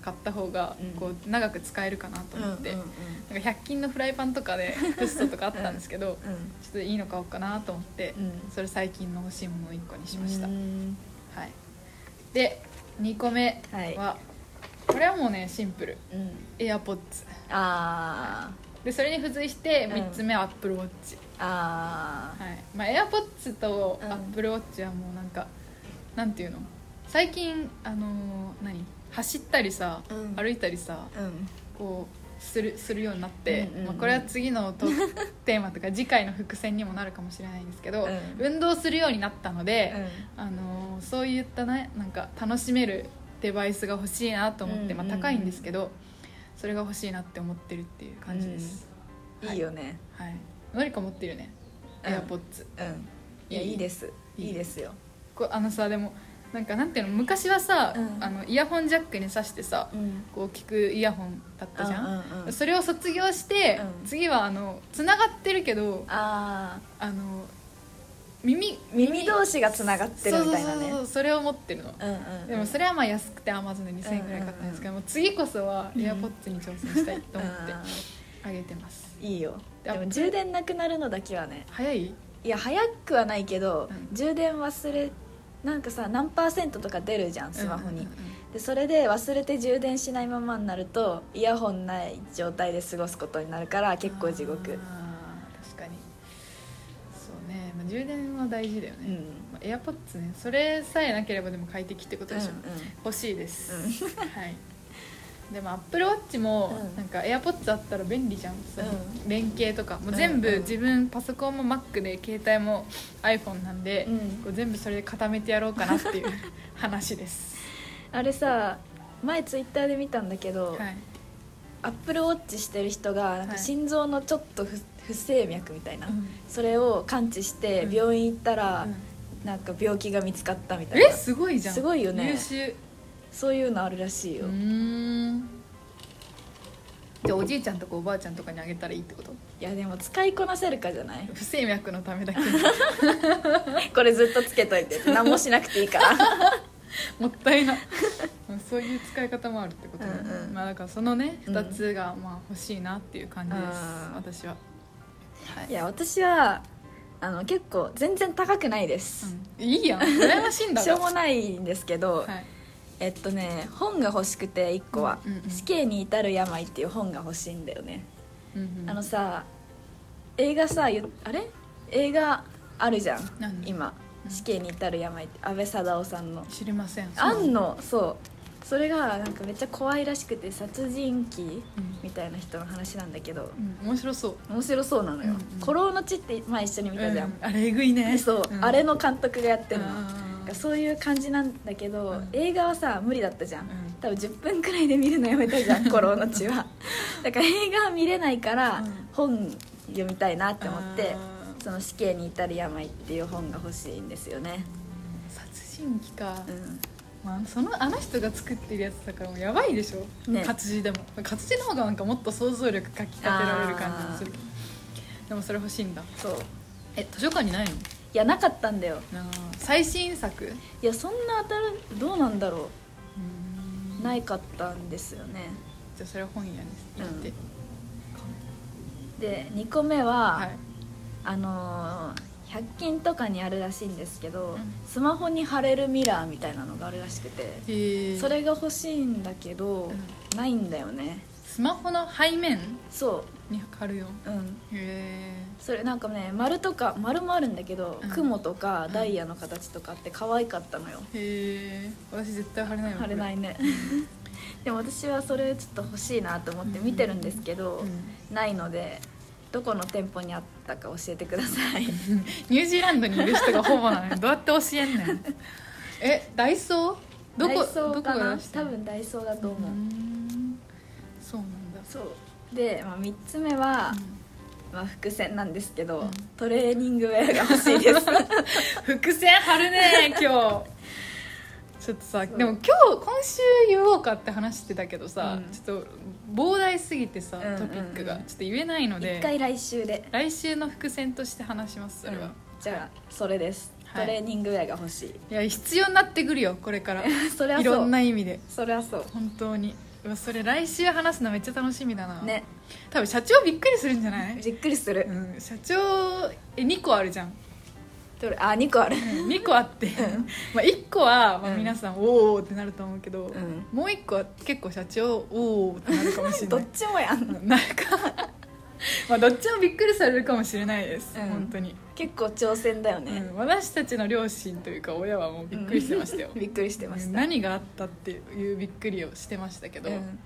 [SPEAKER 2] 買った方が
[SPEAKER 1] うん
[SPEAKER 2] こう長く使えるかなと思って、
[SPEAKER 1] うんうん
[SPEAKER 2] なんか100均のフライパンと かでフッ素とかあったんですけど、
[SPEAKER 1] うんうん
[SPEAKER 2] ちょっといいの買おうかなと思って、
[SPEAKER 1] うん
[SPEAKER 2] それ最近の欲しいものを1個にしました、
[SPEAKER 1] うん
[SPEAKER 2] はいで2個目は、
[SPEAKER 1] はい
[SPEAKER 2] これはもうねシンプル
[SPEAKER 1] うん
[SPEAKER 2] エアポッ s
[SPEAKER 1] あ
[SPEAKER 2] でそれに付随して
[SPEAKER 1] うん
[SPEAKER 2] 3つ目は AppleWatch、
[SPEAKER 1] ーあ
[SPEAKER 2] はいまあ、エアポッツと
[SPEAKER 1] うん
[SPEAKER 2] アップルウォッチはもうなんか、なんていうの最近あのー何走ったりさ、
[SPEAKER 1] うん
[SPEAKER 2] 歩いたりさ
[SPEAKER 1] ーうん
[SPEAKER 2] こうするするようになって、
[SPEAKER 1] うんうんうん
[SPEAKER 2] まあ、これは次の トークテーマとか次回の伏線にもなるかもしれないんですけど、
[SPEAKER 1] うん
[SPEAKER 2] 運動するようになったので、
[SPEAKER 1] う
[SPEAKER 2] あのーそういったねなんか楽しめるデバイスが欲しいなと思って、
[SPEAKER 1] うんうんうん
[SPEAKER 2] まあ、高いんですけどそれが欲しいなって思ってるっていう感じです、
[SPEAKER 1] んいいよね
[SPEAKER 2] はいのりか持ってるよね
[SPEAKER 1] うん
[SPEAKER 2] エアポッツ
[SPEAKER 1] うんいやいいですいいですよ
[SPEAKER 2] こうあのさでもなんかなんていうの昔はさ、
[SPEAKER 1] うん
[SPEAKER 2] あのイヤホンジャックに挿してさ、
[SPEAKER 1] うん
[SPEAKER 2] こう聞くイヤホンだったじゃん、
[SPEAKER 1] うんうんうん
[SPEAKER 2] それを卒業して、
[SPEAKER 1] うん
[SPEAKER 2] 次はあのつながってるけど
[SPEAKER 1] ああ
[SPEAKER 2] あの耳
[SPEAKER 1] 耳同士がつながってるみたいな
[SPEAKER 2] そうそうそうそ
[SPEAKER 1] ね
[SPEAKER 2] うそれを持ってるの、
[SPEAKER 1] うんうんうん
[SPEAKER 2] でもそれはまあ安くてアマゾンで2000円ぐらい買ったんですけど、もう次こそは
[SPEAKER 1] うん
[SPEAKER 2] エアポッツに挑戦したいと思って
[SPEAKER 1] あ
[SPEAKER 2] あげてます、
[SPEAKER 1] ーいいよ
[SPEAKER 2] で
[SPEAKER 1] でも充電なくなるのだけはね
[SPEAKER 2] 早い
[SPEAKER 1] いや早くはないけど、
[SPEAKER 2] うん
[SPEAKER 1] 充電忘れなんかさ何パーセントとか出るじゃんスマホに、
[SPEAKER 2] うんうんうん
[SPEAKER 1] でそれで忘れて充電しないままになるとイヤホンない状態で過ごすことになるから結構地獄
[SPEAKER 2] あー確かにそうね、まあ、充電は大事だよ
[SPEAKER 1] う
[SPEAKER 2] ね、
[SPEAKER 1] んうん
[SPEAKER 2] まあ、エアポッツねそれさえなければでも快適ってことでし
[SPEAKER 1] う
[SPEAKER 2] ょ、欲しいで
[SPEAKER 1] う
[SPEAKER 2] す、はいでもアップルウォッチも
[SPEAKER 1] うん
[SPEAKER 2] なんかエアポッツあったら便利じゃん、その
[SPEAKER 1] う
[SPEAKER 2] 連携とかもう全
[SPEAKER 1] うん
[SPEAKER 2] 部
[SPEAKER 1] うん
[SPEAKER 2] 自分パソコンも Mac で携帯も iPhone なんで、
[SPEAKER 1] うん
[SPEAKER 2] こう全部それで固めてやろうかなっていう 話です
[SPEAKER 1] あれさ前ツイッターで見たんだけど、
[SPEAKER 2] はい
[SPEAKER 1] アップルウォッチしてる人がなん
[SPEAKER 2] は
[SPEAKER 1] か
[SPEAKER 2] い
[SPEAKER 1] 心臓のちょっと不不整脈みたいな、
[SPEAKER 2] うん
[SPEAKER 1] それを感知して
[SPEAKER 2] うん
[SPEAKER 1] 病院行ったら、
[SPEAKER 2] うん
[SPEAKER 1] なんか病気が見つかったみたいな
[SPEAKER 2] えすごいじゃん
[SPEAKER 1] すごいよね
[SPEAKER 2] 優秀
[SPEAKER 1] そういうのあるらしいうよ、
[SPEAKER 2] ーんじゃあおじいちゃんとかおばあちゃんとかにあげたらいいってこと
[SPEAKER 1] いやでも使いこなせるかじゃない
[SPEAKER 2] 不整脈のため だけに
[SPEAKER 1] これずっとつけといて 何もしなくていいから
[SPEAKER 2] もったいないうんそういう使い方もあるってことね、
[SPEAKER 1] うんうん
[SPEAKER 2] まあだからそのね
[SPEAKER 1] うん
[SPEAKER 2] 2つがまあ欲しいなっていう感じです、
[SPEAKER 1] あー
[SPEAKER 2] 私は、はい
[SPEAKER 1] や私はあの結構全然高くないです、
[SPEAKER 2] うんいいやん羨ましいんだ
[SPEAKER 1] しょうも
[SPEAKER 2] は
[SPEAKER 1] ないんですけど、
[SPEAKER 2] い、
[SPEAKER 1] えっとね本が欲しくて1個は
[SPEAKER 2] うんうんう
[SPEAKER 1] 「
[SPEAKER 2] ん
[SPEAKER 1] 死刑に至る病」っていう本が欲しいんだよね、
[SPEAKER 2] うんうん
[SPEAKER 1] あのさ映画さゆあれ映画あるじゃん
[SPEAKER 2] 何
[SPEAKER 1] 今「
[SPEAKER 2] うん
[SPEAKER 1] 死刑に至る病」って安倍貞夫さんの
[SPEAKER 2] 知りません
[SPEAKER 1] あんのそうそれがなんかめっちゃ怖いらしくて殺人鬼
[SPEAKER 2] うん
[SPEAKER 1] みたいな人の話なんだけど
[SPEAKER 2] うん、面白そう
[SPEAKER 1] 面白そうなのよ
[SPEAKER 2] うんうん
[SPEAKER 1] 「古老の地」って前一緒に見たじゃ
[SPEAKER 2] うんん、あれえぐいね
[SPEAKER 1] でそう、
[SPEAKER 2] ん
[SPEAKER 1] あれの監督がやってるの、
[SPEAKER 2] うんうんうん
[SPEAKER 1] なんかそういう感じなんだけど、
[SPEAKER 2] うん
[SPEAKER 1] 映画はさ無理だったじゃん、
[SPEAKER 2] ん
[SPEAKER 1] 多分10分くらいで見るのやめたじ ゃん「古老の地は」だから映画は見れないから、
[SPEAKER 2] うん
[SPEAKER 1] 本読みたいなって思って
[SPEAKER 2] あ
[SPEAKER 1] 「その死刑に至る病」っていう本が欲しいんですよね、
[SPEAKER 2] ー殺人鬼か、
[SPEAKER 1] う
[SPEAKER 2] まあ、そのあの人が作ってるやつだからもうやばいでしょ、
[SPEAKER 1] ね
[SPEAKER 2] 活字でも活字の方がなんかもっと想像力かき立てられる感じもするけどでもそれ欲しいんだ
[SPEAKER 1] ん、そうい
[SPEAKER 2] え図書館にないの
[SPEAKER 1] やなかったんだよ
[SPEAKER 2] あー最新作
[SPEAKER 1] いやそんな当たるどうなんだろうないかったんですよね
[SPEAKER 2] じゃあそれは本屋に行って、
[SPEAKER 1] うんで2個目は、
[SPEAKER 2] はい
[SPEAKER 1] あのー100均とかにあるらしいんですけど、
[SPEAKER 2] うん
[SPEAKER 1] スマホに貼れるミラーみたいなのがあるらしくて
[SPEAKER 2] えー
[SPEAKER 1] それが欲しいんだけど、
[SPEAKER 2] うん
[SPEAKER 1] ないんだよね
[SPEAKER 2] スマホの背面
[SPEAKER 1] そ
[SPEAKER 2] に貼るよ
[SPEAKER 1] ううん
[SPEAKER 2] へ
[SPEAKER 1] それなんかね丸とか丸もあるんだけど、
[SPEAKER 2] うん
[SPEAKER 1] 雲とかダイヤの形とかって可愛かったのよ、
[SPEAKER 2] えへえ私絶対貼れないわ
[SPEAKER 1] 貼れないね でも私はそれちょっと欲しいなと思って見てるんですけど、ないのでどこの店舗にあったか教えてください
[SPEAKER 2] ニュージーランドにいる人がほぼなのにどうやって教えんねんえダイソー ど
[SPEAKER 1] ダ
[SPEAKER 2] こ
[SPEAKER 1] イソーか
[SPEAKER 2] どこ
[SPEAKER 1] な
[SPEAKER 2] が出して
[SPEAKER 1] 多
[SPEAKER 2] る
[SPEAKER 1] 分ダイソーだと思う、
[SPEAKER 2] うーんそうなんだ
[SPEAKER 1] そうで、まあ、3つ目は、まあ、伏線なんですけど、
[SPEAKER 2] うん
[SPEAKER 1] トレーニングウェアが欲しい です
[SPEAKER 2] 伏線張るね今日ちょっとさ
[SPEAKER 1] そう
[SPEAKER 2] でも今日今週言おうかって話してたけどさ、
[SPEAKER 1] うん
[SPEAKER 2] ちょっと膨大すぎてさ
[SPEAKER 1] うんうんうん
[SPEAKER 2] トピックがちょっと言えないので、
[SPEAKER 1] 一回来週で
[SPEAKER 2] 来週の伏線として話しますそれは、
[SPEAKER 1] うんじゃあそれです、
[SPEAKER 2] はい
[SPEAKER 1] トレーニングウェアが欲しい
[SPEAKER 2] いや必要になってくるよこれから
[SPEAKER 1] それはいそ
[SPEAKER 2] ろ
[SPEAKER 1] うん
[SPEAKER 2] な意味で
[SPEAKER 1] それはそう
[SPEAKER 2] 本当にうわそれ来週話すのめっちゃ楽しみだな、
[SPEAKER 1] ね
[SPEAKER 2] 多分社長びっくりするんじゃない、
[SPEAKER 1] びっくりする、
[SPEAKER 2] うん、社長え2個あるじゃん
[SPEAKER 1] どれあ2個ある
[SPEAKER 2] 2個あって、まあ1個は、まあ、
[SPEAKER 1] うん
[SPEAKER 2] 皆さん、おおってなると思うけど、
[SPEAKER 1] ん
[SPEAKER 2] もう1個は結構社長おおってなるかもし れ
[SPEAKER 1] ど
[SPEAKER 2] な
[SPEAKER 1] っ
[SPEAKER 2] い
[SPEAKER 1] ちもやん
[SPEAKER 2] うんなんか まあどっちもびっくりされるかもしれないです、
[SPEAKER 1] うん
[SPEAKER 2] 本当に、
[SPEAKER 1] 結構挑戦だよね、
[SPEAKER 2] うん私たちの両親というか親はもうびっくりしてましたよ、
[SPEAKER 1] びっくりしてました、
[SPEAKER 2] 何があったっていうびっくりをしてましたけど、
[SPEAKER 1] うん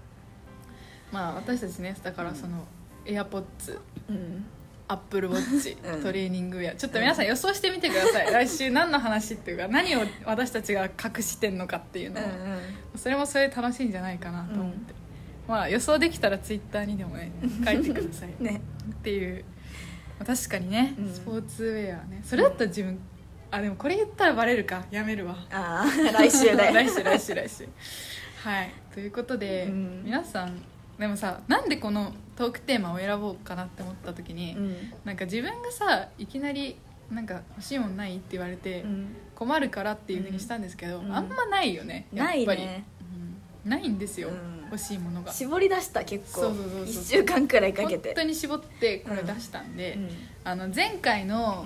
[SPEAKER 2] まあ私たちねだからその、エアポッツ
[SPEAKER 1] うん
[SPEAKER 2] アップルウォッチ、
[SPEAKER 1] うん
[SPEAKER 2] トレーニングウェアちょっと皆さん予想してみてください、 来週何の話っていうか何を私たちが隠してんのかっていう
[SPEAKER 1] う
[SPEAKER 2] のを、
[SPEAKER 1] んうん
[SPEAKER 2] それもそれで楽しいんじゃないかなと思って、まあ予想できたらツイッターにでもね書いてくだ さいっ
[SPEAKER 1] ね
[SPEAKER 2] ていうまあ確かにね、
[SPEAKER 1] うん
[SPEAKER 2] スポーツウェアねそれだったら自分あでもこれ言ったらバレるかやめるわ
[SPEAKER 1] ああ来週で
[SPEAKER 2] 来週来週来週はいということで、
[SPEAKER 1] うん
[SPEAKER 2] 皆さんでもさなんでこのトークテーマを選ぼうかなって思った時に、
[SPEAKER 1] うん
[SPEAKER 2] なんか自分がさいきなりなんか欲しいもんないって言われて
[SPEAKER 1] うん
[SPEAKER 2] 困るからっていうふうにしたんですけど、
[SPEAKER 1] うん
[SPEAKER 2] あんまないよねやっ
[SPEAKER 1] ない
[SPEAKER 2] ぱり
[SPEAKER 1] ね
[SPEAKER 2] うんないんですよ、
[SPEAKER 1] うん
[SPEAKER 2] 欲しいものが
[SPEAKER 1] 絞り出した結
[SPEAKER 2] そう
[SPEAKER 1] 構
[SPEAKER 2] そうそうそう
[SPEAKER 1] 一週間くらいかけ
[SPEAKER 2] 本
[SPEAKER 1] て
[SPEAKER 2] 当に絞ってこれ出したんで、
[SPEAKER 1] うん
[SPEAKER 2] あの前回の、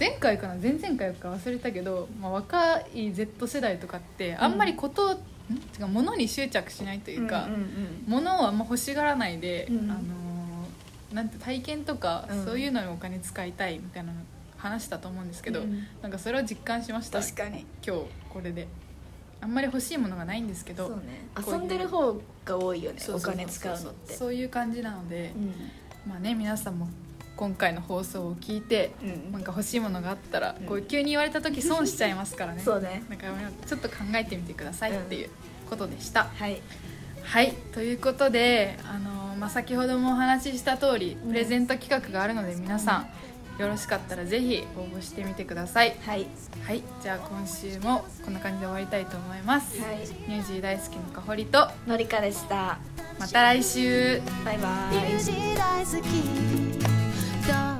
[SPEAKER 2] 前回かな前々回か忘れたけど、まあ、若い Z 世代とかってあんまりこと、ん、違う物に執着しないというか、
[SPEAKER 1] うんうん
[SPEAKER 2] 物をあんま欲しがらないで、
[SPEAKER 1] うん
[SPEAKER 2] あのーなんて体験とか、
[SPEAKER 1] うん
[SPEAKER 2] そういうのにお金使いたいみたいなの話したと思うんですけど、
[SPEAKER 1] うん
[SPEAKER 2] なんかそれを実感しました
[SPEAKER 1] 確かに
[SPEAKER 2] 今日これであんまり欲しいものがないんですけ
[SPEAKER 1] そ
[SPEAKER 2] ど
[SPEAKER 1] うね
[SPEAKER 2] こう
[SPEAKER 1] 遊
[SPEAKER 2] いうん
[SPEAKER 1] でる方が多いよね
[SPEAKER 2] そう
[SPEAKER 1] お
[SPEAKER 2] そうそう
[SPEAKER 1] 金使うのって
[SPEAKER 2] そういう感じなので、
[SPEAKER 1] うん
[SPEAKER 2] まあね皆さんも今回の放送を聞いて、
[SPEAKER 1] うん
[SPEAKER 2] なんか欲しいものがあったら、
[SPEAKER 1] うん
[SPEAKER 2] こう急に言われた時損しちゃいますからね
[SPEAKER 1] そうね
[SPEAKER 2] だからちょっと考えてみてくださいっていうことでした、
[SPEAKER 1] はい
[SPEAKER 2] はいということであのーまあ、先ほどもお話しした通りプレゼント企画があるので皆さんよろしかったらぜひ応募してみてください
[SPEAKER 1] はい
[SPEAKER 2] はいじゃあ今週もこんな感じで終わりたいと思います、
[SPEAKER 1] はい
[SPEAKER 2] ニュージー大好きのかほりと
[SPEAKER 1] のりかでした
[SPEAKER 2] また来週
[SPEAKER 1] バイバイ
[SPEAKER 3] ミュージー大好き」「